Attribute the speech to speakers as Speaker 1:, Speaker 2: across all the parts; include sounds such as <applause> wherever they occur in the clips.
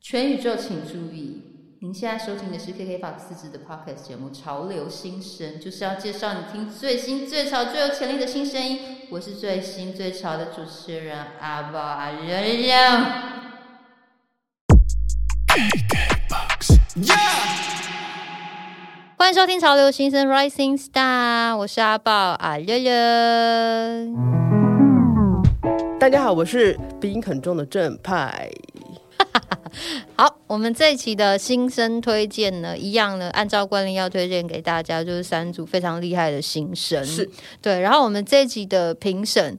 Speaker 1: 全宇宙请注意，您现在收听的是 KKBOX 自制的 Podcast 节目《潮流新声》，就是要介绍你听最新、最潮、最有潜力的新声音。我是最新最潮的主持人阿宝阿仁仁。欢迎收听《潮流新生 Rising Star》，我是阿宝阿仁仁。
Speaker 2: 大家好，我是鼻音很重的正派。
Speaker 1: 好，我们这一期的新生推荐呢，一样呢，按照惯例要推荐给大家就是三组非常厉害的新生，
Speaker 2: 是
Speaker 1: 对。然后我们这一集的评审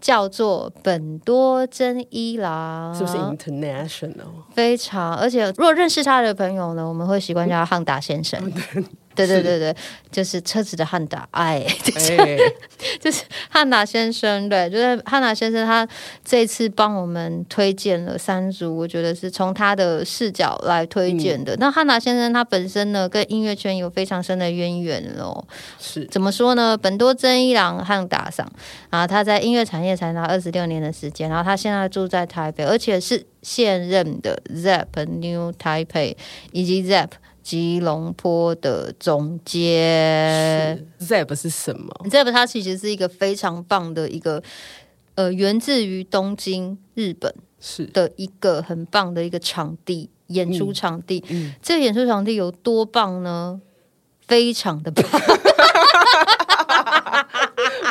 Speaker 1: 叫做本多真一郎，
Speaker 2: 是不是 international？
Speaker 1: 非常，而且如果认识他的朋友呢，我们会习惯叫他汉达先
Speaker 2: <laughs>
Speaker 1: 生。对对对对，就是车子的汉达，哎，
Speaker 2: 哎，
Speaker 1: 就是汉达先生，对，就是汉达先生，他这次帮我们推荐了三组，我觉得是从他的视角来推荐的。那汉达先生他本身呢，跟音乐圈有非常深的渊源哦。
Speaker 2: 是
Speaker 1: 怎么说呢？本多真一郎汉达桑啊，他在音乐产业长达二十六年的时间，然后他现在住在台北，而且是现任的 ZAP New Taipei 以及 ZAP 吉隆坡的总监。
Speaker 2: 是 Zeb 是什么？
Speaker 1: ZEP 它其实是一个非常棒的一个，呃，源自于东京日本
Speaker 2: 是
Speaker 1: 的一个很棒的一个场地演出场地。
Speaker 2: 嗯
Speaker 1: 这个演出场地有多棒呢？非常的棒， <laughs> 它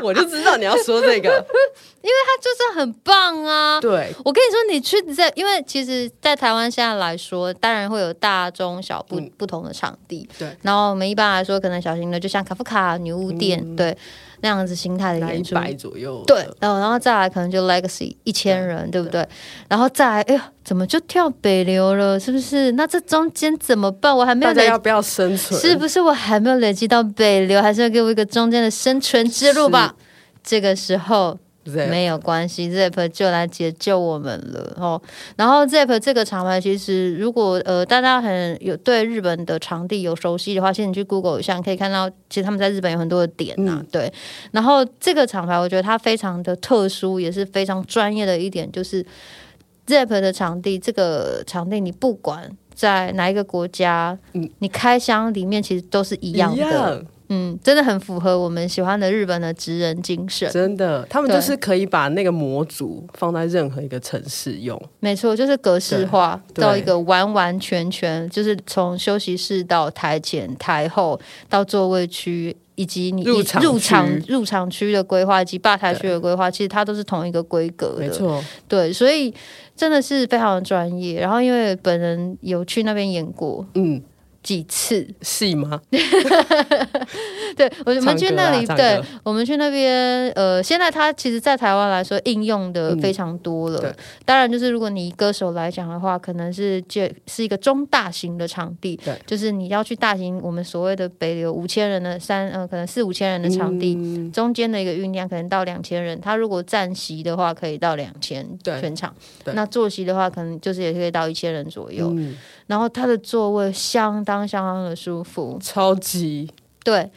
Speaker 2: 我就知道你要说这个。
Speaker 1: 就是很棒啊！
Speaker 2: 对，
Speaker 1: 我跟你说，你去在，因为其实，在台湾现在来说，当然会有大中小不、
Speaker 2: 嗯
Speaker 1: 不同的场地。
Speaker 2: 对，
Speaker 1: 然后我们一般来说，可能小型的，就像卡夫卡女巫店，对那样子形态的
Speaker 2: 嗯来
Speaker 1: 演
Speaker 2: 一
Speaker 1: 出，
Speaker 2: 百左右。
Speaker 1: 对，然后然后再来可能就 Legacy 一千人，对不对？然后再来，哎呀，怎么就跳北流了？是不是？那这中间怎么办？我还没有
Speaker 2: 大家
Speaker 1: 累
Speaker 2: 要，不要生存？
Speaker 1: 是不是我还没有累积到北流？还是要给我一个中间的生存之路吧。这个时候
Speaker 2: Zeb
Speaker 1: 没有关系，Zep 就来解救我们了哦。然后 Zep 这个厂牌，其实如果呃大家很有对日本的场地有熟悉的话，现在你去 Google 一下，你可以看到，其实他们在日本有很多的点呐、
Speaker 2: 嗯
Speaker 1: 对。然后这个厂牌，我觉得它非常的特殊，也是非常专业的一点，就是 Zep 的场地，这个场地你不管。在哪一个国家，
Speaker 2: 嗯
Speaker 1: 你开箱里面其实都是一样
Speaker 2: 一
Speaker 1: 的，
Speaker 2: 样，
Speaker 1: 嗯，真的很符合我们喜欢的日本的职人精神。
Speaker 2: 真的，他们
Speaker 1: 对
Speaker 2: 就是可以把那个模组放在任何一个城市用。
Speaker 1: 没错，就是格式化
Speaker 2: 对对
Speaker 1: 到一个完完全全，就是从休息室到台前、台后到座位区，以及你
Speaker 2: 入场区
Speaker 1: 入场入场区的规划以及吧台区的规划，其实它都是同一个规格
Speaker 2: 没
Speaker 1: 的。
Speaker 2: 错，
Speaker 1: 对，所以真的是非常专业。然后因为本人有去那边演过
Speaker 2: 嗯，
Speaker 1: 几次，
Speaker 2: 戏吗？
Speaker 1: <laughs> 对，我们去
Speaker 2: 唱歌啊
Speaker 1: 那里，
Speaker 2: 唱歌
Speaker 1: 对，我们去那边，呃，现在它其实，在台湾来说应用的非常多了。
Speaker 2: 嗯对
Speaker 1: 当然，就是如果你以歌手来讲的话，可能是这是一个中大型的场地
Speaker 2: 对，
Speaker 1: 就是你要去大型，我们所谓的北流五千人的三，呃，可能四五千人的场地。
Speaker 2: 嗯
Speaker 1: 中间的一个酝酿可能到两千人，他如果站席的话可以到两千
Speaker 2: 对
Speaker 1: 全场，
Speaker 2: 对
Speaker 1: 那坐席的话可能就是也可以到一千人左右。
Speaker 2: 嗯，
Speaker 1: 然后它的座位相当相当的舒服，
Speaker 2: 超级
Speaker 1: 对，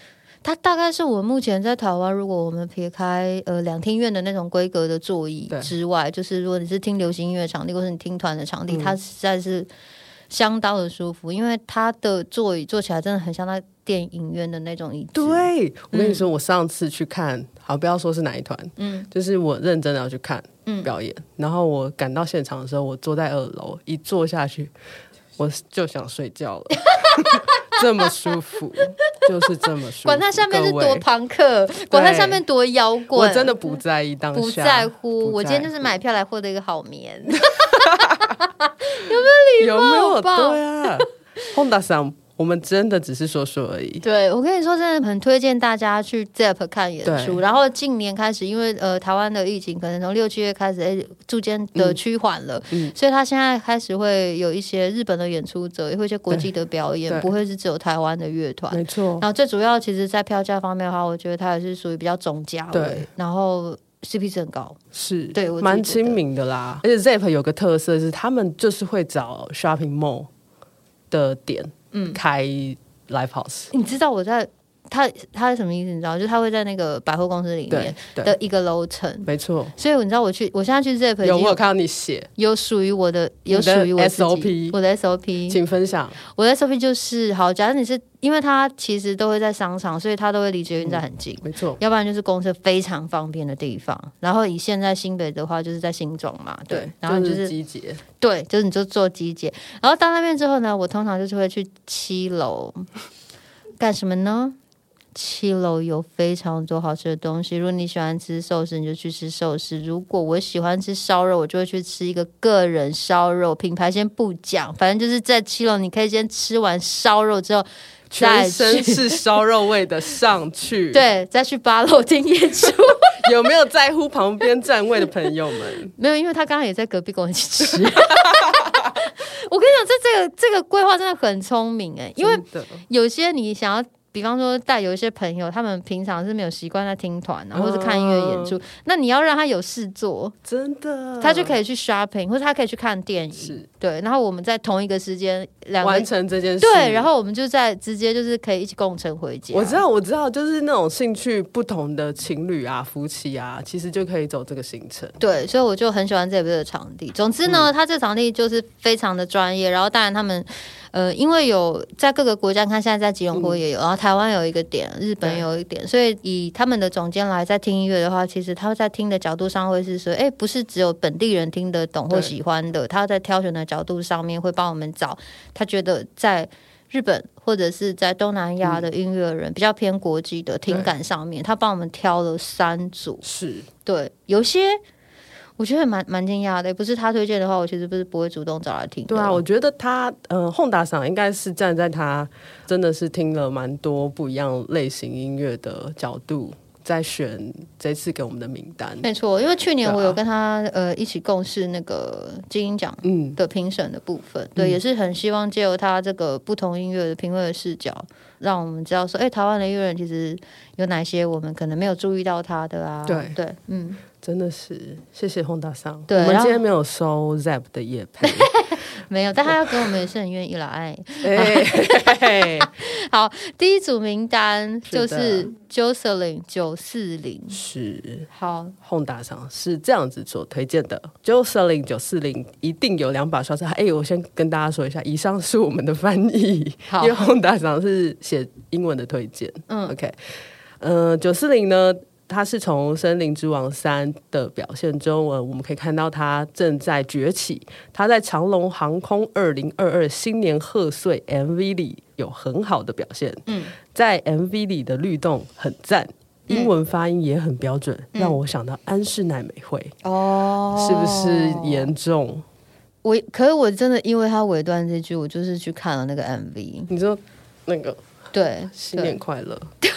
Speaker 1: 它大概是我目前在台湾，如果我们撇开呃两厅院的那种规格的座椅
Speaker 2: 对
Speaker 1: 之外，就是如果你是听流行音乐场地，或是你听团的
Speaker 2: 嗯
Speaker 1: 场地，它实在是相当的舒服，因为它的座椅坐起来真的很像在电影院的那种椅子。
Speaker 2: 对，我跟你
Speaker 1: 嗯
Speaker 2: 说，我上次去看，好，不要说是哪一团，嗯，就是我认真的要去看表演，
Speaker 1: 嗯
Speaker 2: 然后我赶到现场的时候，我坐在二楼，一坐下去，我就想睡觉
Speaker 1: <laughs>
Speaker 2: 了，这么舒服，就是这么舒服。
Speaker 1: 管它上面是
Speaker 2: 各位
Speaker 1: 多朋克，管它上面多摇
Speaker 2: 我
Speaker 1: 滚，
Speaker 2: 真的不在意当下，
Speaker 1: 不在乎。我今天就是
Speaker 2: 是
Speaker 1: 买票来获得一个好眠。
Speaker 2: 有没有
Speaker 1: 好不好
Speaker 2: 对啊，Honda 桑，我们真的只是说说而已。
Speaker 1: 对，我跟你说，真的很推荐大家去 ZEP 看演出。
Speaker 2: 对
Speaker 1: 然后近年开始，因为呃台湾的疫情可能从六七月开始，哎、逐渐的趋缓了，
Speaker 2: 嗯
Speaker 1: 所以他现在开始会有一些日本的演出者，也会有一些国际的表演，
Speaker 2: 对
Speaker 1: 不会是只有台湾的乐团。
Speaker 2: 没错，
Speaker 1: 然后最主要，其实，在票价方面的话，我觉得它也是属于比较总价位
Speaker 2: 对，
Speaker 1: 然后 CP 值很高。
Speaker 2: 是，
Speaker 1: 对我自己觉
Speaker 2: 蛮
Speaker 1: 得
Speaker 2: 亲民的啦。而且 Zep 有个特色是，他们就是会找 shopping mall 的点，嗯，开 live house。
Speaker 1: 你知道我在他他是什么意思？你知道，就是他会在那个百货公司里面
Speaker 2: 对对，
Speaker 1: 的一个楼层。
Speaker 2: 没错。
Speaker 1: 所以你知道我去，我现在去 Zep 已经
Speaker 2: 有我有
Speaker 1: 有
Speaker 2: 看到你写，
Speaker 1: 有属于我的，有
Speaker 2: 你的
Speaker 1: 属于我自己
Speaker 2: SOP
Speaker 1: 我的 SOP，
Speaker 2: 请分享。
Speaker 1: 我的 SOP 就是好。假如你是因为它其实都会在商场，所以它都会离捷运站很近。
Speaker 2: 没错，
Speaker 1: 要不然就是公车非常方便的地方，然后以现在新北的话，就是在新庄嘛，对，
Speaker 2: 对，
Speaker 1: 然后就
Speaker 2: 就是集结。
Speaker 1: 对，就是你就做机姐，然后到那边之后呢，我通常就是会去七楼干什么呢？七楼有非常多好吃的东西，如果你喜欢吃寿司，你就去吃寿司；如果我喜欢吃烧肉，我就会去吃一个个人烧肉，品牌先不讲，反正就是在七楼，你可以先吃完烧肉之后，再
Speaker 2: 全身
Speaker 1: 去
Speaker 2: 是烧肉味的上
Speaker 1: <laughs>
Speaker 2: 去，，
Speaker 1: 对，再去八楼听演出。
Speaker 2: 有没有在乎旁边站位的朋友们？
Speaker 1: <laughs> 没有，因为他刚刚也在隔壁跟我一起吃。 <laughs> 我跟你讲，这这个这个规划真的很聪明哎， <laughs> 因为
Speaker 2: 真的
Speaker 1: 有些你想要，比方说带有一些朋友，他们平常是没有习惯在听团啊，
Speaker 2: 嗯
Speaker 1: 或是看音乐演出，那你要让他有事做，
Speaker 2: 真的，
Speaker 1: 他就可以去 shopping，或者他可以去看电影，
Speaker 2: 嗯是
Speaker 1: 对。然后我们在同一个时间，两个
Speaker 2: 完成这件事。
Speaker 1: 对，然后我们就在直接就是可以一起共乘回家。
Speaker 2: 我知道，我知道，就是那种兴趣不同的情侣啊、夫妻啊，其实就可以走这个行程。
Speaker 1: 对，所以我就很喜欢这边的场地。总之呢，
Speaker 2: 嗯
Speaker 1: 它这场地就是非常的专业。然后，当然他们，呃，因为有在各个国家，看现在在吉隆坡也有，然后台湾有一个点，日本
Speaker 2: 嗯对
Speaker 1: 有一点，所以以他们的总监来在听音乐的话，其实他在听的角度上会是说，哎，不是只有本地人听得懂或
Speaker 2: 对
Speaker 1: 喜欢的，他在挑选的角度上面会帮我们找他觉得在日本或者是在东南亚的音乐人、比较偏国际的听
Speaker 2: 嗯对
Speaker 1: 感上面，他帮我们挑了三组。
Speaker 2: 是，
Speaker 1: 对，有些我觉得蛮蛮惊讶的，不是他推荐的话，我其实不是不会主动找来听的。
Speaker 2: 对啊，我觉得他呃，轰达赏应该是站在他真的是听了蛮多不一样类型音乐的角度，在选这次给我们的名单。
Speaker 1: 没错，因为去年
Speaker 2: 对啊
Speaker 1: 我有跟他、呃一起共事那个金鹰奖
Speaker 2: 嗯，
Speaker 1: 的评审的部分，对，也是很希望借由他这个不同音乐的评委的视角，让我们知道说，哎、台湾的音乐人其实有哪些我们可能没有注意到他的啊。
Speaker 2: 对
Speaker 1: 对，嗯，
Speaker 2: 真的是谢谢轰达赏。
Speaker 1: 对
Speaker 2: 我们
Speaker 1: 然后
Speaker 2: 今天没有收 Zap 的夜
Speaker 1: <laughs>
Speaker 2: 配。
Speaker 1: 没有，但他要给我们也是很愿意啦，哎。
Speaker 2: 哎嘿嘿
Speaker 1: 第一组名单就是是 Jocelyn 九四零，
Speaker 2: 是
Speaker 1: 好，
Speaker 2: 轰达赏是这样子所推荐的 j o c e l y n 九四零一定有两把刷子。哎、我先跟大家说一下，以上是我们的翻译，
Speaker 1: 好
Speaker 2: 因为轰达赏是写英文的推荐。
Speaker 1: 嗯
Speaker 2: OK，呃，九四零呢，它是从《森林之王三》的表现中，呃，我们可以看到它正在崛起。它在长龙航空二零二二新年贺岁 MV 里有很好的表现。
Speaker 1: 嗯，
Speaker 2: 在 MV 里的律动很赞。英文发音也很标准，让我想到安室奈美惠，
Speaker 1: 嗯哦
Speaker 2: 是不是严重？
Speaker 1: 我可是我真的因为他尾段这句，我就是去看了那个 MV，
Speaker 2: 你说那个 <laughs>
Speaker 1: 对，
Speaker 2: 新年快乐，对，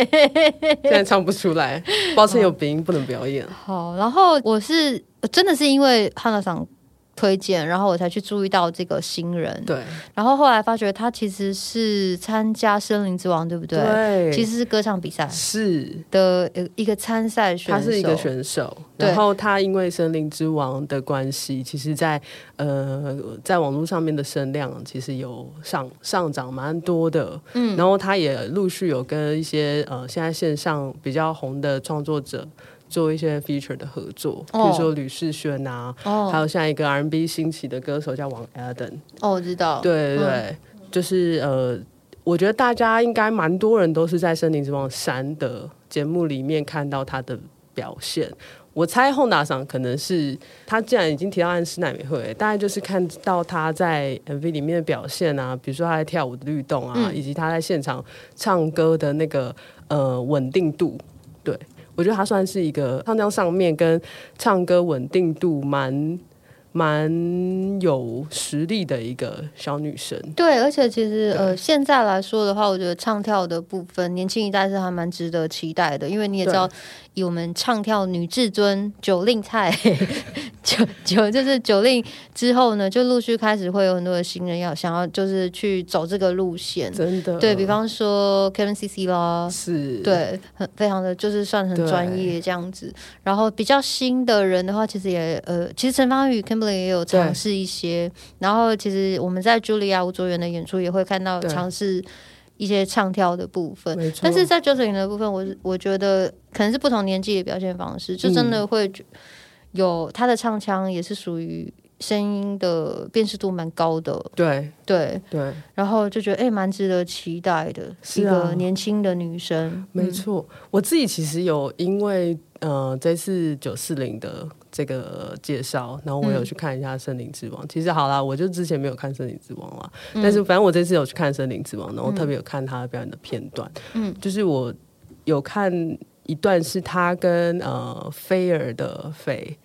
Speaker 2: <laughs> 现在唱不出来，抱歉有鼻音不能表演
Speaker 1: 对。好，然后我是我真的是因为汉娜桑推荐，然后我才去注意到这个新人，
Speaker 2: 对
Speaker 1: 然后后来发觉他其实是参加《森林之王》，对不对？
Speaker 2: 对，
Speaker 1: 其实是歌唱比赛
Speaker 2: 是
Speaker 1: 的呃一个参赛选手，
Speaker 2: 他是一个选手，
Speaker 1: 对
Speaker 2: 然后他因为《森林之王》的关系，其实在呃在网络上面的声量其实有上上涨蛮多的，嗯，然后他也陆续有跟一些呃现在线上比较红的创作者做一些 feature 的合作，比如
Speaker 1: 哦
Speaker 2: 说吕世轩啊，还
Speaker 1: 哦
Speaker 2: 有像一个 R&B 兴起的歌手叫王 Eden，
Speaker 1: 哦，我知道，
Speaker 2: 对对对，就是呃，嗯我觉得大家应该蛮多人都是在《森林之王三》的节目里面看到他的表现。我猜后拿赏可能是他既然已经提到安室奈美惠，大概就是看到他在 MV 里面的表现啊，比如说他在跳舞的律动啊，
Speaker 1: 嗯
Speaker 2: 以及他在现场唱歌的那个呃稳定度。对我觉得他算是一个唱腔上面跟唱歌稳定度蛮蛮有实力的一个小女生。
Speaker 1: 对，而且其实呃，现在来说的话，我觉得唱跳的部分，年轻一代是还蛮值得期待的，因为你也知道，以我们唱跳女至尊九令菜 <laughs> 九九就是九令之后呢，就陆续开始会有很多的新人要想要就是去走这个路线，
Speaker 2: 真的，
Speaker 1: 对比方说 Kevin C C 啦。
Speaker 2: 是，，
Speaker 1: 对，很非常的就是算很
Speaker 2: 对
Speaker 1: 专业这样子。然后比较新的人的话，其实也呃，其实陈芳宇、Kimberly 也有尝
Speaker 2: 对
Speaker 1: 试一些。然后其实我们在茱莉亚吴卓源的演出也会看到
Speaker 2: 对
Speaker 1: 尝试。一些唱跳的部分。
Speaker 2: 没错
Speaker 1: 但是在九水营的部分，我是我觉得可能是不同年纪的表现方式，就真
Speaker 2: 嗯
Speaker 1: 的会觉有他的唱腔也是属于声音的辨识度蛮高的，
Speaker 2: 对
Speaker 1: 对，
Speaker 2: 对，
Speaker 1: 然后就觉得哎，蛮、值得期待的，
Speaker 2: 嗯是
Speaker 1: 一
Speaker 2: 啊
Speaker 1: 个年轻的女生，
Speaker 2: 没错。我自己其实有因为呃这次九四零的这个介绍，然后我
Speaker 1: 嗯
Speaker 2: 有去看一下《森林之王》。其实好啦，我就之前没有看《森林之王》啦，
Speaker 1: 嗯
Speaker 2: 但是反正我这次有去看《森林之王》，然后特别有看他的表演的片段。嗯，就是我有看一段是他跟呃菲尔的菲。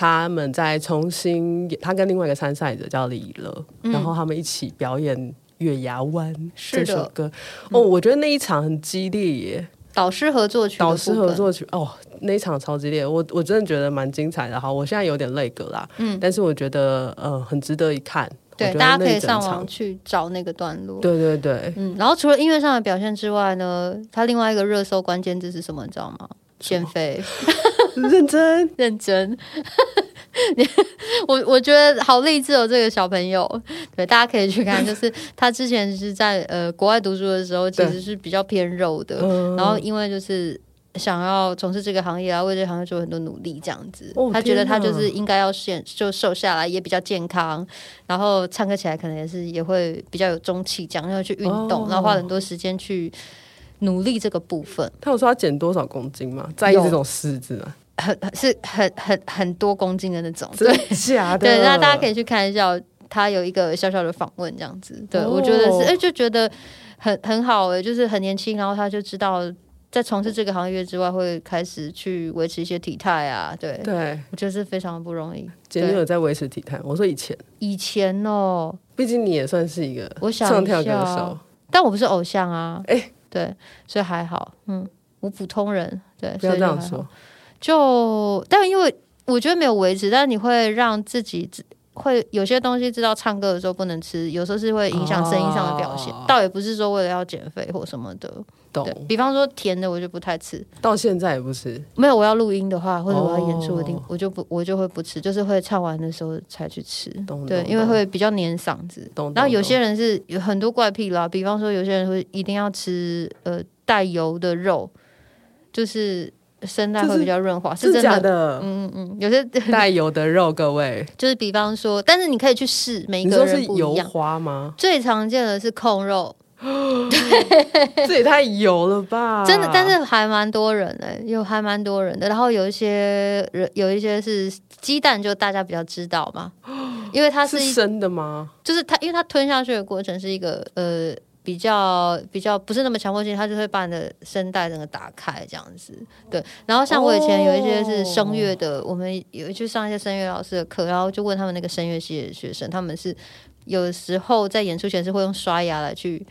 Speaker 2: 他们在重新，他跟另外一个参赛者叫李乐，然后他们一起表演《月牙湾》
Speaker 1: 嗯是
Speaker 2: 这
Speaker 1: 的嗯
Speaker 2: 首歌。哦，我觉得那一场很激烈耶，
Speaker 1: 导师合作曲的
Speaker 2: 导师
Speaker 1: 部分
Speaker 2: 合，作曲哦，那一场超激烈，我我真的觉得蛮精彩的。好，我现在有点累格啦，嗯，但是我觉得呃很值得一看。我
Speaker 1: 对，
Speaker 2: 觉得
Speaker 1: 大家
Speaker 2: 那
Speaker 1: 可以
Speaker 2: 一整
Speaker 1: 上
Speaker 2: 场
Speaker 1: 网。去找那个段落。
Speaker 2: 对对对， <laughs>
Speaker 1: 嗯，然后除了音乐上的表现之外呢，他另外一个热搜关键字是什么？你知道吗？减肥，
Speaker 2: 认真
Speaker 1: 认真。 <laughs> 我我觉得好励志哦，这个小朋友，对，大家可以去
Speaker 2: <laughs>
Speaker 1: 看，就是他之前是在呃国外读书的时候，其
Speaker 2: 对嗯
Speaker 1: 实是比较偏肉的，然后因为就是想要从事这个行业啊，为这个行业做很多努力，这样子，
Speaker 2: 哦
Speaker 1: 他觉得
Speaker 2: 天
Speaker 1: 他
Speaker 2: 哪
Speaker 1: 就是应该要现就瘦下来，也比较健康，然后唱歌起来可能也是也会比较有中气，这样要去运动，
Speaker 2: 哦
Speaker 1: 然后花很多时间去努力这个部分，
Speaker 2: 他有说他减多少公斤吗？在意
Speaker 1: 有
Speaker 2: 这种事字啊，
Speaker 1: 很是很很很多公斤的那种，
Speaker 2: 真的假的？
Speaker 1: 对，那大家可以去看一下哦，他有一个小小的访问这样子。对，
Speaker 2: 哦
Speaker 1: 我觉得是，哎、就觉得很很好哎、就是很年轻，然后他就知道在从事这个行业之外，会开始去维持一些体态啊。对，
Speaker 2: 对，
Speaker 1: 我觉得是非常不容易。
Speaker 2: 姐你有在维持体态。我说以前，
Speaker 1: 以前哦，
Speaker 2: 毕竟你也算是一个
Speaker 1: 我想
Speaker 2: 唱
Speaker 1: 一
Speaker 2: 跳歌
Speaker 1: 下
Speaker 2: 手
Speaker 1: 哦，，但我不是偶像啊。
Speaker 2: 哎
Speaker 1: 对，所以还好，嗯，我普通人。对，
Speaker 2: 不
Speaker 1: 所
Speaker 2: 要
Speaker 1: 以
Speaker 2: 这
Speaker 1: 就
Speaker 2: 样
Speaker 1: 还好
Speaker 2: 说。
Speaker 1: 就但因为我觉得没有维持，但你会让自己知会有些东西知道唱歌的时候不能吃，有时候是会影响声音上的表现，
Speaker 2: 哦
Speaker 1: 倒也不是说为了要减肥或什么的。对
Speaker 2: 懂，
Speaker 1: 比方说甜的我就不太吃，
Speaker 2: 到现在也不是
Speaker 1: 没有我要录音的话或者我要演出，
Speaker 2: 哦
Speaker 1: 我一定我就不我就会不吃，就是会唱完的时候才去吃。
Speaker 2: 懂
Speaker 1: 对，
Speaker 2: 懂
Speaker 1: 因为
Speaker 2: 懂
Speaker 1: 会比较黏嗓子。
Speaker 2: 懂。
Speaker 1: 然后
Speaker 2: 懂
Speaker 1: 有
Speaker 2: 懂
Speaker 1: 些人是有很多怪癖啦，比方说有些人会一定要吃呃带油的肉，就是声带
Speaker 2: 这
Speaker 1: 会
Speaker 2: 是
Speaker 1: 比较润滑，哦是
Speaker 2: 是
Speaker 1: 真
Speaker 2: 假
Speaker 1: 的。
Speaker 2: 的，
Speaker 1: 嗯嗯，嗯，有些
Speaker 2: 带油的肉，各位，
Speaker 1: 就是比方说，但是你可以去试， <laughs> 每一
Speaker 2: 你
Speaker 1: 个
Speaker 2: 说是
Speaker 1: 人不
Speaker 2: 油
Speaker 1: 一样。<laughs>
Speaker 2: 花吗？
Speaker 1: 最常见的是控肉，
Speaker 2: 这也太油了吧！
Speaker 1: 真的，但是还蛮多人的、有还蛮多人的。然后有一些人，有一些是鸡蛋，就大家比较知道嘛，因为它是
Speaker 2: 是
Speaker 1: 一
Speaker 2: 生的吗？
Speaker 1: 就是它，因为它吞下去的过程是一个呃比较比较不是那么强迫性，它就会把你的声带整个打开这样子。对，然后像我以前有一些是声乐的，我们有去上一些声乐老师的课，然后就问他们那个声乐系的学生，他们是有时候在演出前是会用刷牙来去。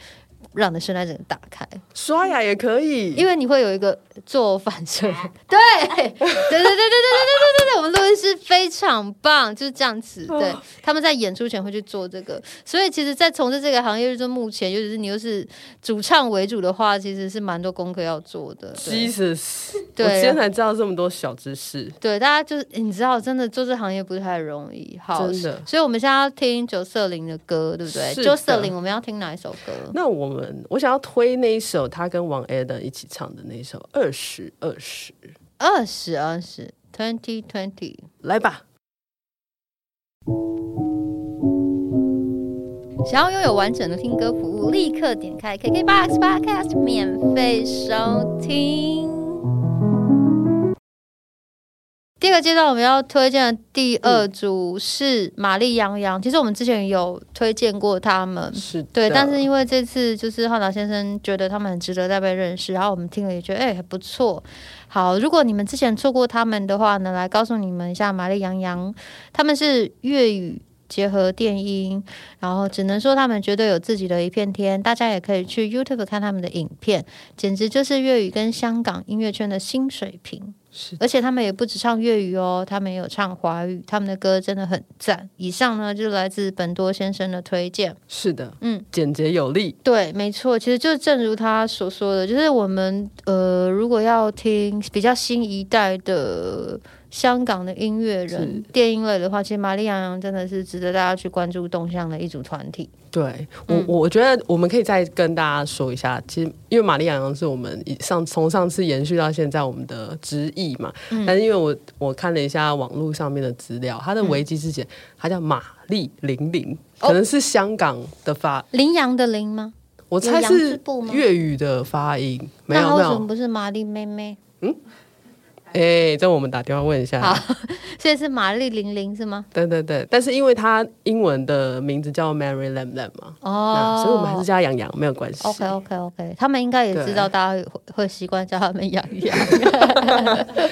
Speaker 1: 让你的声带整个打开，
Speaker 2: 刷牙也可以，
Speaker 1: 因为你会有一个做反射。对，对对对对对对对对对，我们录音师非常棒，就是这样子。对，他们在演出前会去做这个，所以其实，在从事这个行业，就是目前，尤其是你又是主唱为主的话，其实是蛮多功课要做的。对
Speaker 2: Jesus，
Speaker 1: 对
Speaker 2: 我今天才知道这么多小知识，
Speaker 1: 对，大家就是你知道，真的做这行业不太容易。好，
Speaker 2: 真的。
Speaker 1: 所以我们现在要听九色灵的歌，对不对？
Speaker 2: 是的
Speaker 1: 九色灵，我们要听哪一首歌？
Speaker 2: 那我们我想要推那一首他跟王 a d e n 一起唱的那一首《二十二十》，
Speaker 1: 二十二十 twenty twenty。
Speaker 2: 来吧。
Speaker 1: 想要拥有完整的听歌服务，立刻点开 KKBOX Podcast 免费收听。第二个阶段我们要推荐的第二组是玛丽杨洋，其实我们之前有推荐过他们，
Speaker 2: 是啊的，
Speaker 1: 对，但是因为这次就是浩达先生觉得他们很值得再被认识，然后我们听了也觉得哎、还不错。好，如果你们之前错过他们的话呢，来告诉你们一下，玛丽杨洋他们是粤语。结合电音，然后只能说他们绝对有自己的一片天。大家也可以去 YouTube 看他们的影片，简直就是粤语跟香港音乐圈的新水平。
Speaker 2: 是
Speaker 1: 而且他们也不只唱粤语哦，他们也有唱华语，他们的歌真的很赞。以上呢，就是来自本多先生的推荐。
Speaker 2: 是的，
Speaker 1: 嗯
Speaker 2: 嗯，简洁有力，
Speaker 1: 对，没错，其实就正如他所说的，就是我们呃，如果要听比较新一代的香港的音乐人，电音类的话，其实玛丽杨洋真的是值得大家去关注动向的一组团体。
Speaker 2: 对
Speaker 1: 嗯
Speaker 2: 我，我觉得我们可以再跟大家说一下，其实因为玛丽亚洋是我们以上从上次延续到现在我们的直译嘛，
Speaker 1: 嗯
Speaker 2: 但是因为我我看了一下网络上面的资料，他的维基是写他叫玛丽玲玲，
Speaker 1: 嗯哦
Speaker 2: 可能是香港的发，
Speaker 1: 羚羊的羚吗？
Speaker 2: 我猜
Speaker 1: 有杨字
Speaker 2: 是
Speaker 1: 部吗
Speaker 2: 粤语的发音，没
Speaker 1: 那
Speaker 2: 有
Speaker 1: 为
Speaker 2: 没
Speaker 1: 什么
Speaker 2: 有，
Speaker 1: 不是玛丽妹妹？
Speaker 2: 哎，这我们打电话问一下
Speaker 1: 好，所以是玛丽玲玲是吗？
Speaker 2: 对对对，但是因为他英文的名字叫 Mary Lam Lam 嘛，
Speaker 1: 哦
Speaker 2: 那，所以我们还是叫他洋洋没有关系。
Speaker 1: OK OK OK，他们应该也
Speaker 2: 对
Speaker 1: 知道大家会会习惯叫他们洋啊洋。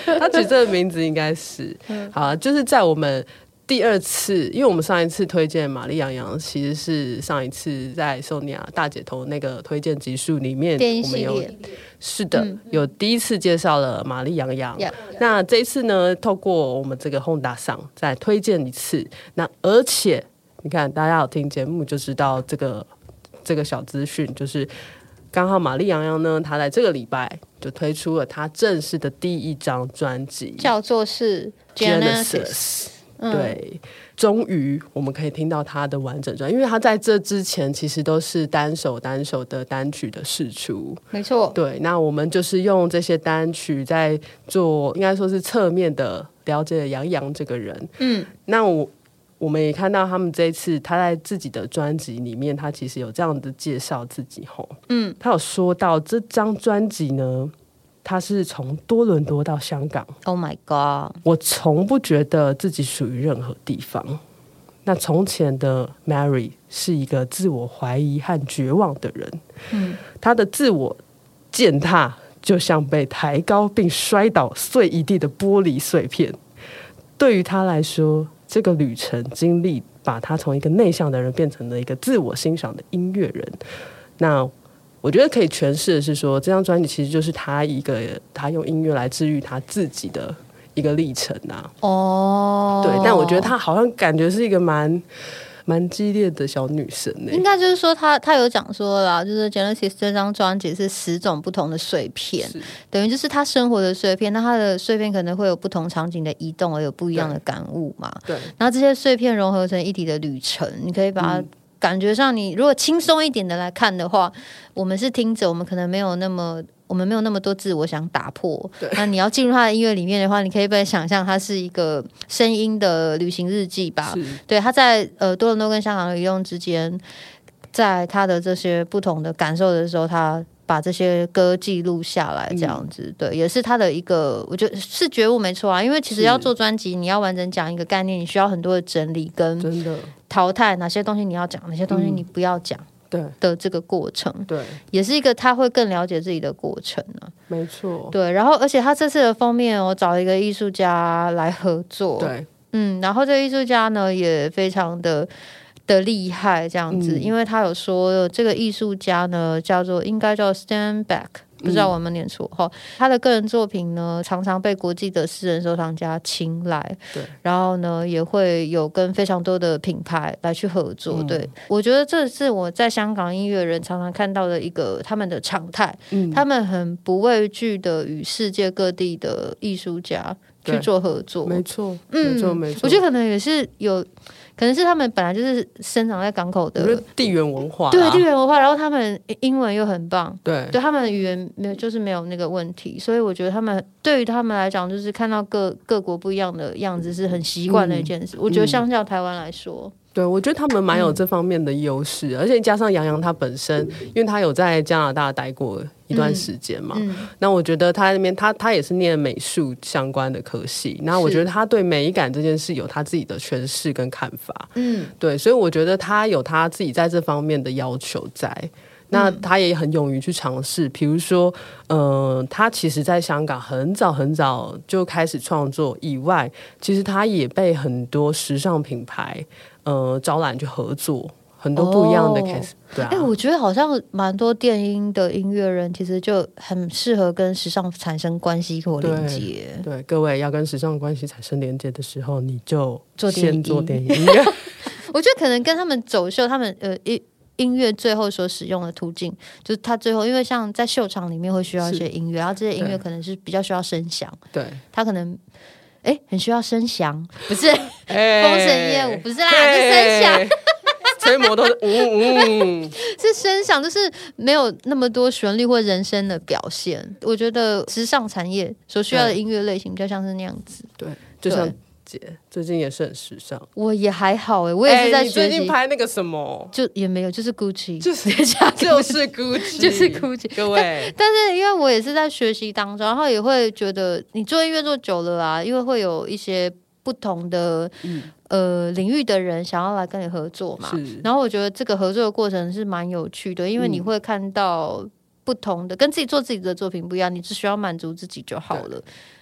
Speaker 2: <laughs> 他取这个名字应该是
Speaker 1: 嗯
Speaker 2: 好啊，就是在我们第二次，因为我们上一次推荐玛丽杨洋，其实是上一次在索尼亚大姐头那个推荐集数里面，
Speaker 1: 电音
Speaker 2: 我们
Speaker 1: 系
Speaker 2: 有
Speaker 1: 列，
Speaker 2: 是的、有第一次介绍了玛丽杨洋。
Speaker 1: 嗯 Yeah
Speaker 2: 那这一次呢，透过我们这个 Honda 上再推荐一次，那而且你看大家有听节目就知道这个这个小资讯就是。刚好玛丽杨洋呢，她在这个礼拜就推出了她正式的第一张专辑，
Speaker 1: 叫做是 Genesis。
Speaker 2: Genesis。对，终于我们可以听到他的完整专，因为他在这之前其实都是单首单首的单曲的试出。
Speaker 1: 没错，
Speaker 2: 对，那我们就是用这些单曲在做，应该说是侧面的了解杨洋这个人。
Speaker 1: 嗯，
Speaker 2: 那我我们也看到他们这一次他在自己的专辑里面，他其实有这样的介绍自己吼。
Speaker 1: 嗯，
Speaker 2: 他有说到这张专辑呢，他是从多伦多到香港。
Speaker 1: Oh my god！
Speaker 2: 我从不觉得自己属于任何地方。那从前的 Mary 是一个自我怀疑和绝望的人，
Speaker 1: 嗯
Speaker 2: 她的自我践踏就像被抬高并摔倒碎一地的玻璃碎片。对于她来说，这个旅程经历把她从一个内向的人变成了一个自我欣赏的音乐人。那我觉得可以诠释的是说，这张专辑其实就是她一个她用音乐来治愈她自己的一个历程啊。
Speaker 1: 哦，
Speaker 2: 对，但我觉得她好像感觉是一个蛮蛮激烈的小女生欸呢、
Speaker 1: 应该就是说他他有讲说啦，就是 Genesis 这张专辑是十种不同的碎片，
Speaker 2: 是
Speaker 1: 等于就是他生活的碎片，那他的碎片可能会有不同场景的移动而有不一样的感悟嘛。
Speaker 2: 对，
Speaker 1: 然后这些碎片融合成一体的旅程，你可以把
Speaker 2: 嗯
Speaker 1: 它感觉上，你如果轻松一点的来看的话，我们是听者，我们可能没有那么。我们没有那么多自我想打破，那你要进入他的音乐里面的话，你可以被想象它是一个声音的旅行日记吧。
Speaker 2: 是
Speaker 1: 对，他在呃多伦多跟香港的移动之间，在他的这些不同的感受的时候，他把这些歌记录下来，
Speaker 2: 嗯
Speaker 1: 这样子、对，也是他的一个，我觉得是觉悟没错啊。因为其实
Speaker 2: 是
Speaker 1: 要做专辑，你要完整讲一个概念，你需要很多的整理跟
Speaker 2: 真的，
Speaker 1: 淘汰哪些东西你要讲，哪些东西你
Speaker 2: 嗯
Speaker 1: 不要讲
Speaker 2: 对
Speaker 1: 的这个过程，
Speaker 2: 对，
Speaker 1: 也是一个他会更了解自己的过程啊。
Speaker 2: 没错，
Speaker 1: 对，然后而且他这次的封面哦，我找一个艺术家来合作，
Speaker 2: 对
Speaker 1: 嗯，然后这个艺术家呢也非常的的厉害，这样子，
Speaker 2: 嗯
Speaker 1: 因为他有说这个艺术家呢叫做应该叫 Stand Back，不
Speaker 2: 嗯
Speaker 1: 知道我有没有念错哈、他的个人作品呢常常被国际的私人收藏家青睐，
Speaker 2: 对，
Speaker 1: 然后呢也会有跟非常多的品牌来去合作，
Speaker 2: 嗯
Speaker 1: 对我觉得这是我在香港音乐人常常看到的一个他们的常态，
Speaker 2: 嗯
Speaker 1: 他们很不畏惧的与世界各地的艺术家去
Speaker 2: 对
Speaker 1: 做合作，
Speaker 2: 没错，
Speaker 1: 嗯
Speaker 2: 没错，没错。
Speaker 1: 我觉得可能也是有，可能是他们本来就是生长在港口的
Speaker 2: 我，觉得地缘文化啦，
Speaker 1: 对地缘文化，然后他们英文又很棒，
Speaker 2: 对
Speaker 1: 对他们语言没有就是没有那个问题，所以我觉得他们对于他们来讲，就是看到各各国不一样的样子是很习惯的一件
Speaker 2: 嗯
Speaker 1: 事。我觉得相较台湾来说，
Speaker 2: 对，我觉得他们蛮有这方面的优势，而且加上杨洋他本身，因为他有在加拿大待过一段时间嘛，
Speaker 1: 嗯，
Speaker 2: 那我觉得他那边他他也是念美术相关的科系，那我
Speaker 1: 是
Speaker 2: 觉得他对美感这件事有他自己的诠释跟看法，
Speaker 1: 嗯，
Speaker 2: 对，所以我觉得他有他自己在这方面的要求在。那
Speaker 1: 嗯
Speaker 2: 他也很勇于去尝试，比如说，呃，他其实在香港很早很早就开始创作，以外，其实他也被很多时尚品牌，呃，招揽去合作，很多不一样的
Speaker 1: 哦
Speaker 2: case，、对啊
Speaker 1: 哎、，我觉得好像蛮多电音的音乐人其实就很适合跟时尚产生关系或连
Speaker 2: 对
Speaker 1: 接。
Speaker 2: 对，各位要跟时尚关系产生连接的时候，你就
Speaker 1: 做电
Speaker 2: 先
Speaker 1: 影
Speaker 2: 做电影
Speaker 1: <laughs>
Speaker 2: 音乐。
Speaker 1: 我觉得可能跟他们走秀，他们呃音音乐最后所使用的途径，就是他最后因为像在秀场里面会需要一些音乐，然后这些音乐
Speaker 2: 对
Speaker 1: 可能是比较需要声响，
Speaker 2: 对
Speaker 1: 他可能。哎，很需要声响，不是《 <laughs>
Speaker 2: 哎
Speaker 1: 封神夜舞》，不是啦，是声响。
Speaker 2: 哎吹魔都是嗯嗯，
Speaker 1: 是声响，就是没有那么多旋律或人声的表现。我觉得时尚产业所需要的音乐类型比较像是那样子。
Speaker 2: 对，就像姐最近也是很时尚，
Speaker 1: 我也还好诶、我也是
Speaker 2: 哎
Speaker 1: 在
Speaker 2: 你最
Speaker 1: 学
Speaker 2: 近
Speaker 1: 习，
Speaker 2: 拍那个
Speaker 1: <laughs>
Speaker 2: 什么，
Speaker 1: 就也没有，就是 Gucci，
Speaker 2: 就是
Speaker 1: <laughs>
Speaker 2: 就是 Gucci，
Speaker 1: 就是 Gucci
Speaker 2: 各位，
Speaker 1: 但是因为我也是在学习当中，然后也会觉得你做音乐做久了啊，因为会有一些不同的、呃领域的人想要来跟你合作嘛
Speaker 2: 是。
Speaker 1: 然后我觉得这个合作的过程是蛮有趣的，因为你会看到不同的、跟自己做自己的作品不一样，你只需要满足自己就好了。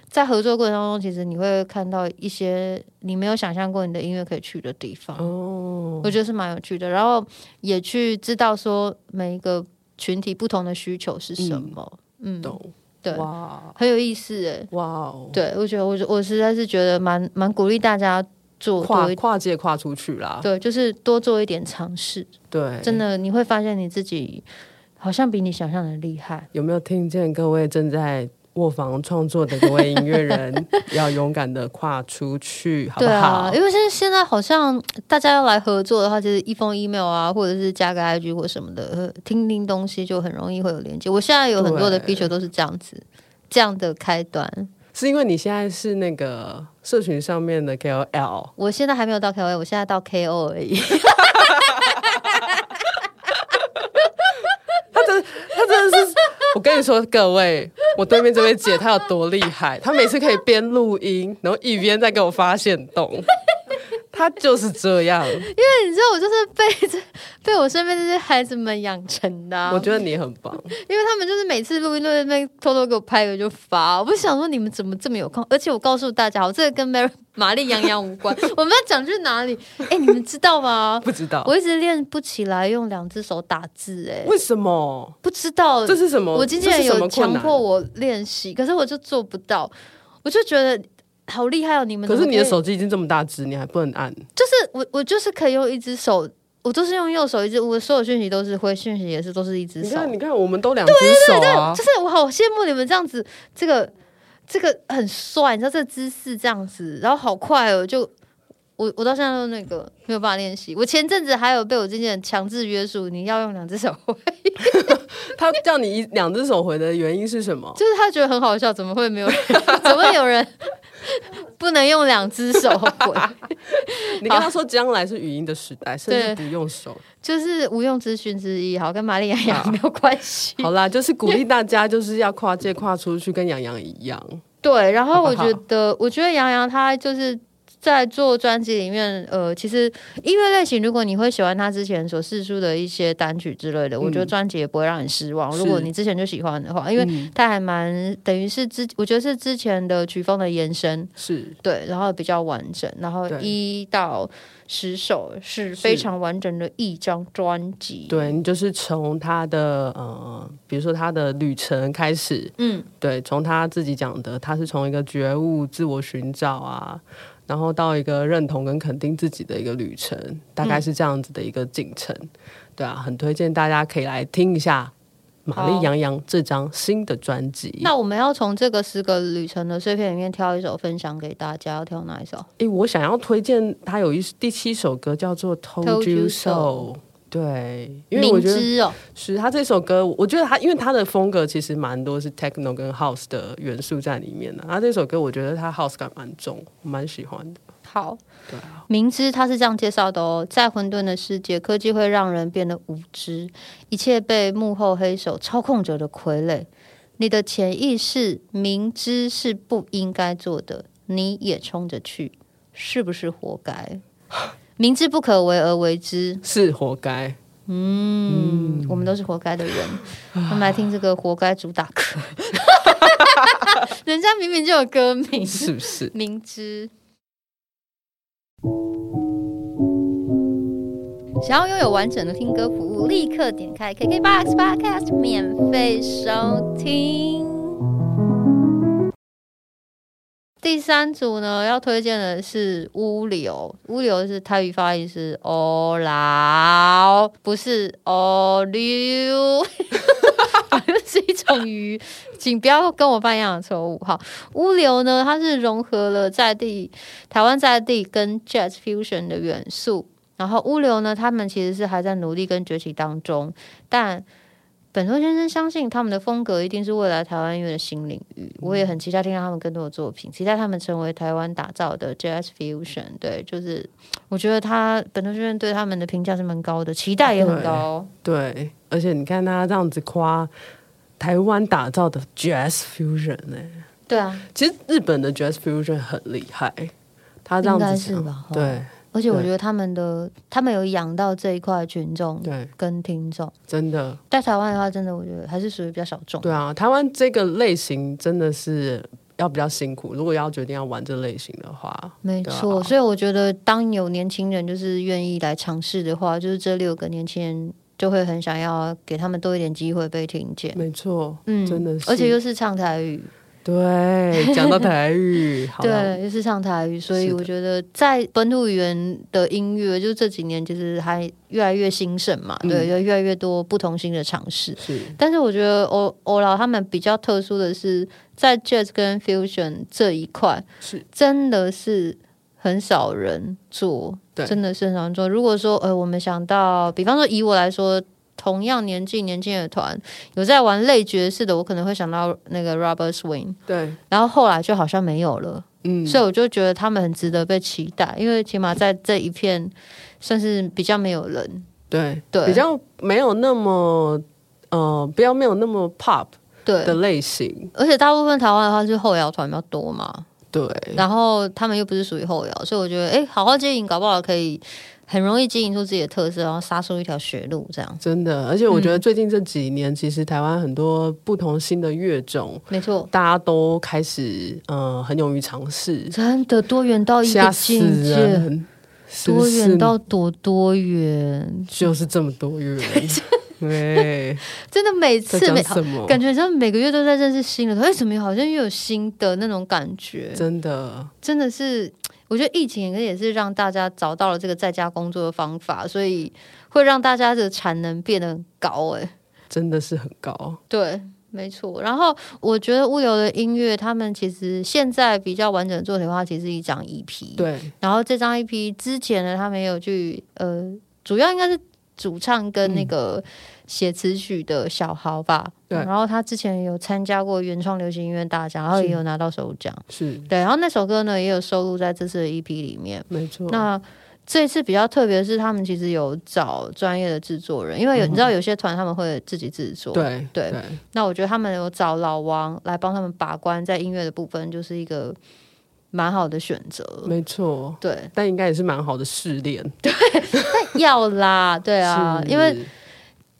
Speaker 1: 在合作过程当中，其实你会看到一些你没有想象过你的音乐可以去的地方。
Speaker 2: 哦
Speaker 1: 我觉得是蛮有趣的。然后也去知道说每一个群体不同的需求是什么，嗯，
Speaker 2: 懂
Speaker 1: 对，
Speaker 2: 哇
Speaker 1: 很有意思诶。
Speaker 2: 哇哦，
Speaker 1: 对，我觉得我我实在是觉得蛮蛮鼓励大家做多
Speaker 2: 跨
Speaker 1: 一
Speaker 2: 跨界跨出去啦，
Speaker 1: 对，就是多做一点尝试，
Speaker 2: 对，
Speaker 1: 真的你会发现你自己好像比你想象的厉害。
Speaker 2: 有没有听见各位正在卧房创作的各位音乐人，要勇敢的跨出去，好不
Speaker 1: 对
Speaker 2: 好？
Speaker 1: 啊，因为现现在好像大家要来合作的话，其实一封 email 啊，或者是加个 IG 或什么的，呃听听东西就很容易会有连接。我现在有很多的
Speaker 2: 对
Speaker 1: feature 都是这样子，这样的开端。
Speaker 2: 是因为你现在是那个社群上面的 KOL，
Speaker 1: 我现在还没有到 KO，我现在到 KO 而已。 <laughs>
Speaker 2: 他真的是，我跟你说，各位，我对面这位姐她有多厉害，她每次可以边录音，然后一边在给我发现动， <laughs> 她就是这样。
Speaker 1: 对，你知道我就是被这 <laughs> 被我身边这些孩子们养成的啊、
Speaker 2: 我觉得你很
Speaker 1: <laughs>
Speaker 2: 棒，
Speaker 1: 因为他们就是每次录音都在那边偷偷给我拍个就发，我想说你们怎么这么有空？而且我告诉大家，我这个跟 Mary <laughs> 玛丽杨洋无关， <laughs> 我们要讲去哪里？哎、你们知道吗？
Speaker 2: 不知道
Speaker 1: 我一直练不起来用两只手打字、哎，
Speaker 2: 为什么
Speaker 1: 不知道
Speaker 2: 这是什么？
Speaker 1: 我经纪
Speaker 2: 这
Speaker 1: 人
Speaker 2: 是
Speaker 1: 有
Speaker 2: 什么困
Speaker 1: 强
Speaker 2: 难
Speaker 1: 迫我练习，可是我就做不到，我就觉得好厉害哦！你们
Speaker 2: 可
Speaker 1: 怎
Speaker 2: 是
Speaker 1: 么
Speaker 2: 你的
Speaker 1: 以
Speaker 2: 手机已经这么大只，你还不能按，
Speaker 1: 就是我，我就是可以用一只手，我都是用右手一只，我所有讯息都是回讯息也是都是一只
Speaker 2: 你
Speaker 1: 手，
Speaker 2: 看，你看，我们都两只手啊，
Speaker 1: 就是我好羡慕你们这样子，这个这个很帅，你知道这个姿势这样子，然后好快哦，就我我到现在都那个没有办法练习，我前阵子还有被我经纪人强制约束，你要用两只手 <laughs> 挥，
Speaker 2: 他叫你一两只手回的原因是什
Speaker 1: <laughs>
Speaker 2: 么？
Speaker 1: 就是他觉得很好笑，怎么会没有人，怎么会有人 <laughs> 不能用两只手 <laughs> 挥？
Speaker 2: 你跟他说将来是语音的时代，甚至不用手。
Speaker 1: 就是无用之训之一，好，跟玛丽亚亚没有关系。
Speaker 2: 好啦，就是鼓励大家就是要跨界跨出去，跟杨洋一样。
Speaker 1: 对，然后我
Speaker 2: 好不好
Speaker 1: 觉得，我觉得杨洋他就是在做专辑里面，呃，其实音乐类型，如果你会喜欢他之前所试出的一些单曲之类的，我觉得专辑也不会让你失望。
Speaker 2: 嗯是嗯
Speaker 1: 如果你之前就喜欢的话，因为他还蛮等于是之，我觉得是之前的曲风的延伸，
Speaker 2: 是，
Speaker 1: 对，然后比较完整，然后
Speaker 2: 对
Speaker 1: 一到十首是非常完整的一张专辑。
Speaker 2: 对你就是从他的呃，比如说他的旅程开始，
Speaker 1: 嗯，
Speaker 2: 对，从他自己讲的，他是从一个觉悟、自我寻找啊，然后到一个认同跟肯定自己的一个旅程，大
Speaker 1: 嗯
Speaker 2: 概是这样子的一个进程。对啊，很推荐大家可以来听一下玛丽
Speaker 1: 好
Speaker 2: 杨洋这张新的专辑。
Speaker 1: 那我们要从这个四个旅程的碎片里面挑一首分享给大家，要挑哪一首？
Speaker 2: 诶，我想要推荐他有一第七首歌叫做《Told
Speaker 1: Told You
Speaker 2: You So》
Speaker 1: So。
Speaker 2: 对，因为我
Speaker 1: 明
Speaker 2: 觉得
Speaker 1: 知哦，
Speaker 2: 是他这首歌，我觉得他因为他的风格其实蛮多是 techno 跟 house 的元素在里面的。他这首歌我觉得他 house 感蛮重，我蛮喜欢的。
Speaker 1: 好，明知他是这样介绍的哦，在混沌的世界，科技会让人变得无知，一切被幕后黑手操控者的傀儡。你的潜意识明知是不应该做的，你也冲着去，是不是活该？明知不可为而为之，
Speaker 2: 是活该，
Speaker 1: 嗯，我们都是活该的人。我们来听这个活该主打歌，人家明明就有歌名，？
Speaker 2: 是不是 <laughs>
Speaker 1: 明知。想要拥有完整的听歌服务，立刻点开 KKBOX Podcast 免费收听。第三组呢，要推荐的是乌流，乌流是泰语发音是 <laughs> 欧劳，不是欧流。是一种鱼，请不要跟我犯一样的错误。好，乌流呢，它是融合了在地台湾在地跟 jazz fusion 的元素。然后乌流呢，他们其实是还在努力跟崛起当中，但本多先生相信他们的风格一定是未来台湾音乐的新领域。我也很期待听到他们更多的作品，期待他们成为台湾打造的 jazz fusion。对，就是我觉得他本多先生对他们的评价是蛮高的，期待也很高。
Speaker 2: 对，而且你看他这样子夸台湾打造的 Jazz Fusion 呢、
Speaker 1: 对啊，
Speaker 2: 其实日本的 Jazz Fusion 很厉害，他这样
Speaker 1: 应该
Speaker 2: 子
Speaker 1: 是
Speaker 2: 讲
Speaker 1: 吧
Speaker 2: 对
Speaker 1: 而且我
Speaker 2: 对
Speaker 1: 觉得他们的他们有养到这一块群众
Speaker 2: 对，
Speaker 1: 跟听众，
Speaker 2: 真的
Speaker 1: 在台湾的话，真的我觉得还是属于比较小众。
Speaker 2: 对啊，台湾这个类型真的是要比较辛苦，如果要决定要玩这类型的话，
Speaker 1: 没
Speaker 2: 对
Speaker 1: 错，
Speaker 2: 啊
Speaker 1: 所以我觉得当有年轻人就是愿意来尝试的话，就是这六个年轻人就会很想要给他们多一点机会被听见。
Speaker 2: 没错，
Speaker 1: 嗯，
Speaker 2: 真的是
Speaker 1: 而且又是唱台语，
Speaker 2: 对，讲到台语，好了，
Speaker 1: 对，又是唱台语，所
Speaker 2: 是
Speaker 1: 以
Speaker 2: 的
Speaker 1: 我觉得在本土语言的音乐，就这几年其实还越来越兴盛嘛，
Speaker 2: 嗯
Speaker 1: 对，就越来越多不同新的尝试。
Speaker 2: 是
Speaker 1: 但是我觉得欧欧劳他们比较特殊的是，在 jazz 跟 fusion 这一块，
Speaker 2: 是
Speaker 1: 真的是很少人做，
Speaker 2: 对
Speaker 1: 真的是很少人做。如果说呃，我们想到，比方说以我来说。同样年纪年轻的团有在玩类爵士的，我可能会想到那个 Robert Swing，
Speaker 2: 对，
Speaker 1: 然后后来就好像没有了，
Speaker 2: 嗯，
Speaker 1: 所以我就觉得他们很值得被期待，因为起码在这一片算是比较没有人，
Speaker 2: 对
Speaker 1: 对
Speaker 2: 比较没有那么呃，比较没有那么 pop
Speaker 1: 对
Speaker 2: 的，类型，
Speaker 1: 而且大部分台湾的话是后摇团比较多嘛，
Speaker 2: 对，
Speaker 1: 然后他们又不是属于后摇，所以我觉得，哎，好好经营，搞不好可以很容易经营出自己的特色，然后杀出一条血路，这样
Speaker 2: 真的，而且我觉得最近这几年，其实台湾很多不同新的乐种，
Speaker 1: 没错，
Speaker 2: 大家都开始嗯、呃很勇于尝试，
Speaker 1: 真的多远到哦一个
Speaker 2: 吓死
Speaker 1: 境界，
Speaker 2: 人，是不
Speaker 1: 多
Speaker 2: 是
Speaker 1: 远到多多远，
Speaker 2: 就是这么多
Speaker 1: <laughs>
Speaker 2: 乐人，对，
Speaker 1: 真的每
Speaker 2: 在
Speaker 1: 次
Speaker 2: 讲
Speaker 1: 每
Speaker 2: 什么？
Speaker 1: 感觉好像每个月都在认识新的，哎，怎么好像又有新的那种感觉，
Speaker 2: 真的，
Speaker 1: 真的是，我觉得疫情也是让大家找到了这个在家工作的方法，所以会让大家的产能变得很高、诶。哎。
Speaker 2: 真的是很高，
Speaker 1: 对，没错。然后我觉得物流的音乐，他们其实现在比较完整的作品的话，其实是一张 EP。，
Speaker 2: 对，
Speaker 1: 然后这张 EP 之前呢，他们也有去呃，主要应该是主唱跟那个写词曲的小豪吧。
Speaker 2: 嗯对
Speaker 1: 然后他之前有参加过原创流行音乐大奖，然后也有拿到首奖。
Speaker 2: 是
Speaker 1: 对，然后那首歌呢也有收录在这次的 EP 里面。
Speaker 2: 没错，
Speaker 1: 那这次比较特别的是，他们其实有找专业的制作人，因为有、你知道有些团他们会自己制作，
Speaker 2: 嗯对
Speaker 1: 对
Speaker 2: 对，
Speaker 1: 那我觉得他们有找老王来帮他们把关，在音乐的部分就是一个蛮好的选择。
Speaker 2: 没错。
Speaker 1: 对，
Speaker 2: 但应该也是蛮好的试炼，
Speaker 1: 要啦，对啊，
Speaker 2: 是
Speaker 1: 因为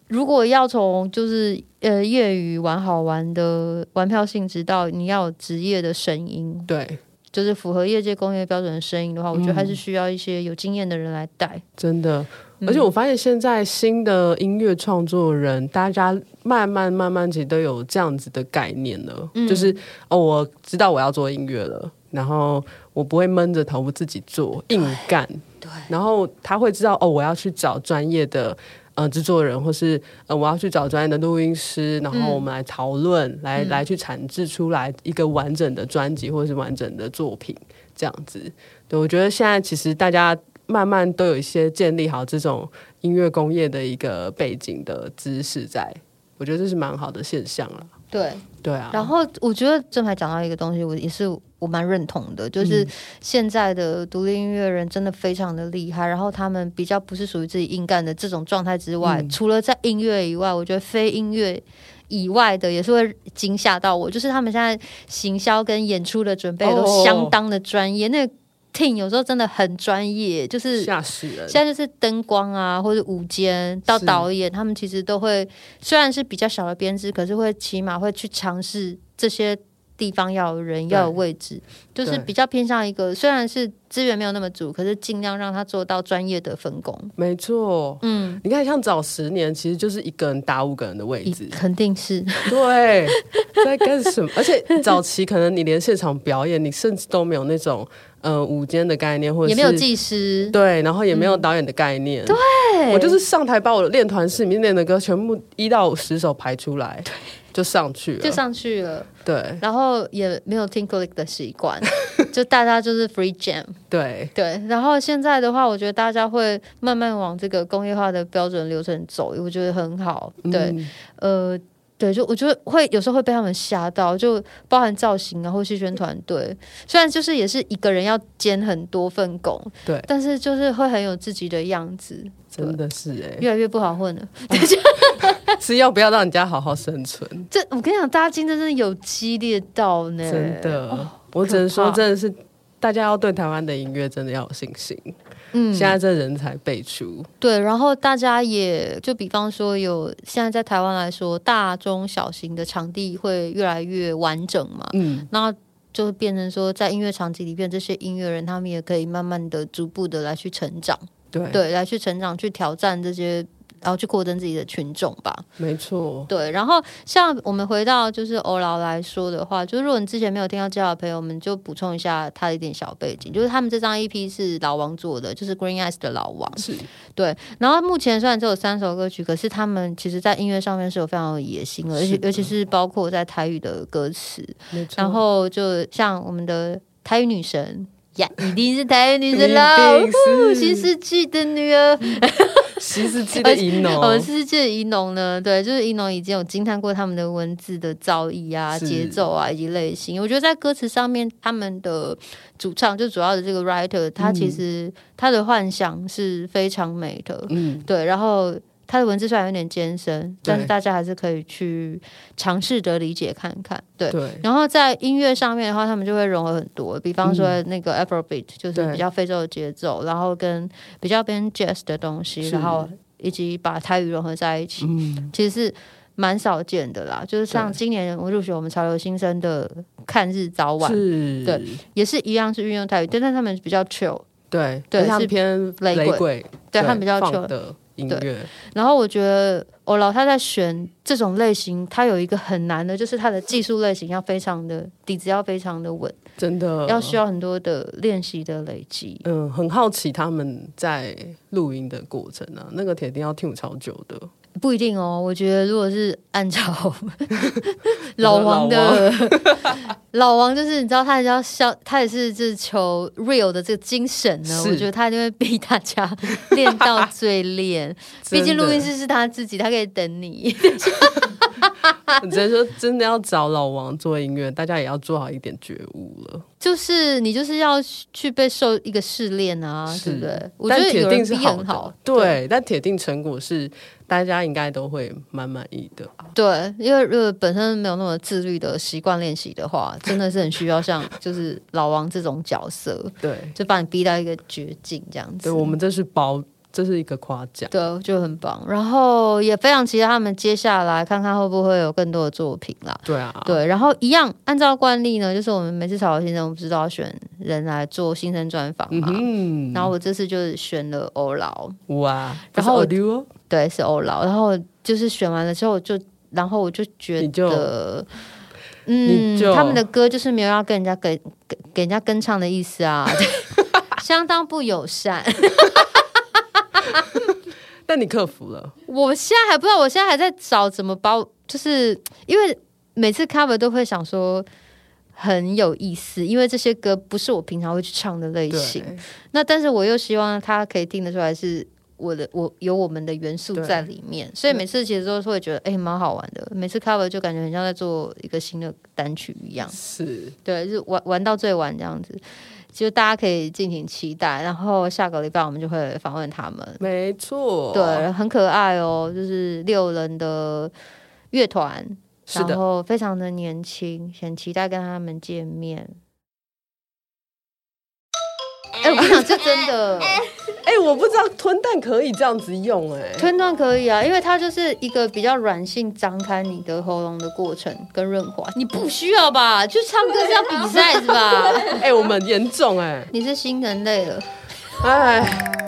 Speaker 1: 如果要从就是呃业余玩好玩的玩票性质到你要有职业的声音，
Speaker 2: 对，
Speaker 1: 就是符合业界工业标准的声音的话，我觉得还是需要一些有经验的人来带。
Speaker 2: 真的，
Speaker 1: 嗯
Speaker 2: 而且我发现现在新的音乐创作人，大家慢慢慢慢其实都有这样子的概念了，
Speaker 1: 嗯
Speaker 2: 就是哦，我知道我要做音乐了，然后我不会闷着头不自己做硬干，
Speaker 1: 对，
Speaker 2: 然后他会知道哦，我要去找专业的。呃，制作人或是呃，我要去找专业的录音师，然
Speaker 1: 嗯
Speaker 2: 后我们来讨论，来来去产制出来一个完整的专辑或者是完整的作品，这样子。对，我觉得现在其实大家慢慢都有一些建立好这种音乐工业的一个背景的知识在，我觉得这是蛮好的现象了。
Speaker 1: 对，
Speaker 2: 对啊，
Speaker 1: 然后我觉得正还讲到一个东西，我也是我蛮认同的，
Speaker 2: 嗯
Speaker 1: 就是现在的独立音乐人真的非常的厉害。然后他们比较不是属于自己硬干的这种状态之外，
Speaker 2: 嗯
Speaker 1: 除了在音乐以外，我觉得非音乐以外的也是会惊吓到我。就是他们现在行销跟演出的准备都
Speaker 2: 哦
Speaker 1: 相当的专业，那个 team 有时候真的很专业，就是
Speaker 2: 吓死人，
Speaker 1: 现在就是灯光啊，或者舞间到
Speaker 2: 是
Speaker 1: 导演，他们其实都会，虽然是比较小的编制，可是会起码会去尝试这些地方要有人
Speaker 2: 对
Speaker 1: 要有位置，就是
Speaker 2: 对
Speaker 1: 比较偏向一个虽然是资源没有那么足，可是尽量让他做到专业的分工。
Speaker 2: 没错。
Speaker 1: 嗯，
Speaker 2: 你看，像早十年，其实就是一个人打五个人的位
Speaker 1: 一
Speaker 2: 置，
Speaker 1: 肯定是
Speaker 2: 对，在干什么？而且早期可能你连现场表演，你甚至都没有那种呃午间的概念，或者
Speaker 1: 也没
Speaker 2: 是
Speaker 1: 有技嗯师，
Speaker 2: 对，然后也没有导演的概念。对，我就是上台把我的练团室里面练的歌全部一到十首排出来，就上去了，
Speaker 1: 就上去了，
Speaker 2: 对
Speaker 1: 然后也没有听 click 的习惯，就大家就是 free jam。
Speaker 2: 对
Speaker 1: 对，然后现在的话，我觉得大家会慢慢往这个工业化的标准流程走，我觉得很好。对，
Speaker 2: 嗯
Speaker 1: 呃，对，就我觉得会有时候会被他们吓到，就包含造型啊，或是宣传队，虽然就是也是一个人要兼很多份工，
Speaker 2: 对
Speaker 1: 但是就是会很有自己的样子，
Speaker 2: 真的是哎、
Speaker 1: 越来越不好混了。
Speaker 2: 是要不要让人家好好生存？
Speaker 1: 这我跟你讲，大家竞争真的有激烈到呢，
Speaker 2: 真的，
Speaker 1: 哦
Speaker 2: 我只能说真的是。大家要对台湾的音乐真的要有信心。
Speaker 1: 嗯，
Speaker 2: 现在这人才辈出，
Speaker 1: 对，然后大家也就比方说有现在在台湾来说，大中小型的场地会越来越完整嘛，
Speaker 2: 嗯，
Speaker 1: 那就变成说在音乐场景里边，这些音乐人他们也可以慢慢的、逐步的来去成长，
Speaker 2: 对，
Speaker 1: 对，来去成长，去挑战这些。然后去扩增自己的群众吧，
Speaker 2: 没错，
Speaker 1: 对。然后像我们回到就是欧劳来说的话，就是如果你之前没有听到介绍的朋友，我们就补充一下他的一点小背景，就是他们这张 EP 是老王做的，就是 Green Eyes 的老王。
Speaker 2: 是
Speaker 1: 对，然后目前虽然只有三首歌曲，可是他们其实在音乐上面是有非常有野心的，而且
Speaker 2: 是的
Speaker 1: 尤其是包括在台语的歌词，
Speaker 2: 没错。
Speaker 1: 然后就像我们的台语女神呀，一定是台语女神
Speaker 2: 一
Speaker 1: 啦，
Speaker 2: 定嗯
Speaker 1: 呼
Speaker 2: 是
Speaker 1: 新世纪的女儿，
Speaker 2: 其实记得银
Speaker 1: 哦，
Speaker 2: 哦，
Speaker 1: 新世纪的怡农呢，对，就是怡农已经有惊叹过他们的文字的造诣啊、
Speaker 2: 是
Speaker 1: 节奏啊以及类型，我觉得在歌词上面，他们的主唱就主要的这个 writer，他其实、他的幻想是非常美的，
Speaker 2: 嗯，
Speaker 1: 对，然后它的文字虽然有点艰深，但是
Speaker 2: 对
Speaker 1: 大家还是可以去尝试着理解看看。对，
Speaker 2: 对，
Speaker 1: 然后在音乐上面的话，他们就会融合很多，比方说那个 Afrobeat，、就是
Speaker 2: 嗯对
Speaker 1: 比较非洲的节奏，然后跟比较偏 Jazz 的东西，
Speaker 2: 是
Speaker 1: 然后以及把泰语融合在一起，
Speaker 2: 嗯，
Speaker 1: 其实是。蛮少见的啦，就是像
Speaker 2: 对
Speaker 1: 今年我入选我们潮流新生的《看日早晚》，
Speaker 2: 是，
Speaker 1: 对也是一样是运用泰语，但是他们比较 chill，
Speaker 2: 对
Speaker 1: 对
Speaker 2: 而且他
Speaker 1: 是
Speaker 2: 们偏
Speaker 1: 雷鬼
Speaker 2: 鬼，
Speaker 1: 对他们比较
Speaker 2: 放
Speaker 1: chill，
Speaker 2: 的音
Speaker 1: 对
Speaker 2: 乐，
Speaker 1: 然后我觉得欧老他在选这种类型，他有一个很难的，就是他的技术类型要非常的底子要非常的稳，
Speaker 2: 真的
Speaker 1: 要需要很多的练习的累积。
Speaker 2: 嗯，很好奇他们在录音的过程啊，那个铁定要听超久的，
Speaker 1: 不一定哦，我觉得如果是按照 <laughs> 老王的 <laughs> 老王，就是你知道他也要像他也是就是求 real 的这个精神呢，
Speaker 2: 是
Speaker 1: 我觉得他一定会逼大家练到最
Speaker 2: <laughs>
Speaker 1: 练，毕竟
Speaker 2: 真的
Speaker 1: 录音师是他自己，他可以等你。 <laughs>
Speaker 2: <laughs> 我只能说真的要找老王做音乐，大家也要做好一点觉悟了。
Speaker 1: 就是你就是要去被受一个试炼啊，
Speaker 2: 是
Speaker 1: 对不对？我觉
Speaker 2: 但
Speaker 1: 得
Speaker 2: 铁
Speaker 1: 有人
Speaker 2: 定是
Speaker 1: 逼很
Speaker 2: 的
Speaker 1: 好，
Speaker 2: 对，啊但铁定成果是大家应该都会蛮满意的。
Speaker 1: 对，因为如果本身没有那么自律的习惯练习的话，真的是很需要像就是老王这种角色，
Speaker 2: 对，
Speaker 1: 就把你逼到一个绝境这样子
Speaker 2: 对。我们这是包，这是一个夸奖。
Speaker 1: 对，就很棒。然后也非常期待他们接下来看看会不会有更多的作品啦。
Speaker 2: 对啊，
Speaker 1: 对，然后一样按照惯例呢，就是我们每次草先生，我们不是都要选人来做新生专访嘛。
Speaker 2: 嗯
Speaker 1: 然后我这次就是选了欧劳，
Speaker 2: 哼，哇，
Speaker 1: 然后我
Speaker 2: 不是 audio 哦
Speaker 1: 对，是欧劳。然后就是选完了之后，我就然后我就觉
Speaker 2: 你就
Speaker 1: 得，嗯
Speaker 2: 你就
Speaker 1: 他们的歌就是没有要跟人家跟给给人家跟唱的意思啊，对 <laughs> 相当不友善。
Speaker 2: 但你克服了，
Speaker 1: 我现在还不知道，我现在还在找怎么把我，就是因为每次 cover 都会想说。很有意思，因为这些歌不是我平常会去唱的类
Speaker 2: 对，
Speaker 1: 型。那但是我又希望他可以听得出来是我的我有我们的元素
Speaker 2: 对
Speaker 1: 在里面，所以每次其实都是会觉得哎蛮、好玩的，每次 cover 就感觉很像在做一个新的单曲一样，
Speaker 2: 是
Speaker 1: 对，就是玩玩到最晚这样子。就大家可以敬请期待，然后下个礼拜我们就会访问他们，
Speaker 2: 没错，，
Speaker 1: 对，很可爱哦，就是六人的乐团，
Speaker 2: 是
Speaker 1: 然
Speaker 2: 的，
Speaker 1: 后非常的年轻，很期待跟他们见面。哎、我跟你讲，这真的。
Speaker 2: 哎、我不知道吞蛋可以这样子用、哎，
Speaker 1: 吞断可以啊，因为它就是一个比较软性张开你的喉咙的过程跟润滑，你不需要吧？去唱歌是要 <laughs> 比赛是吧？
Speaker 2: 哎、我们很严重、
Speaker 1: 你是新人类了，
Speaker 2: 哎，哎，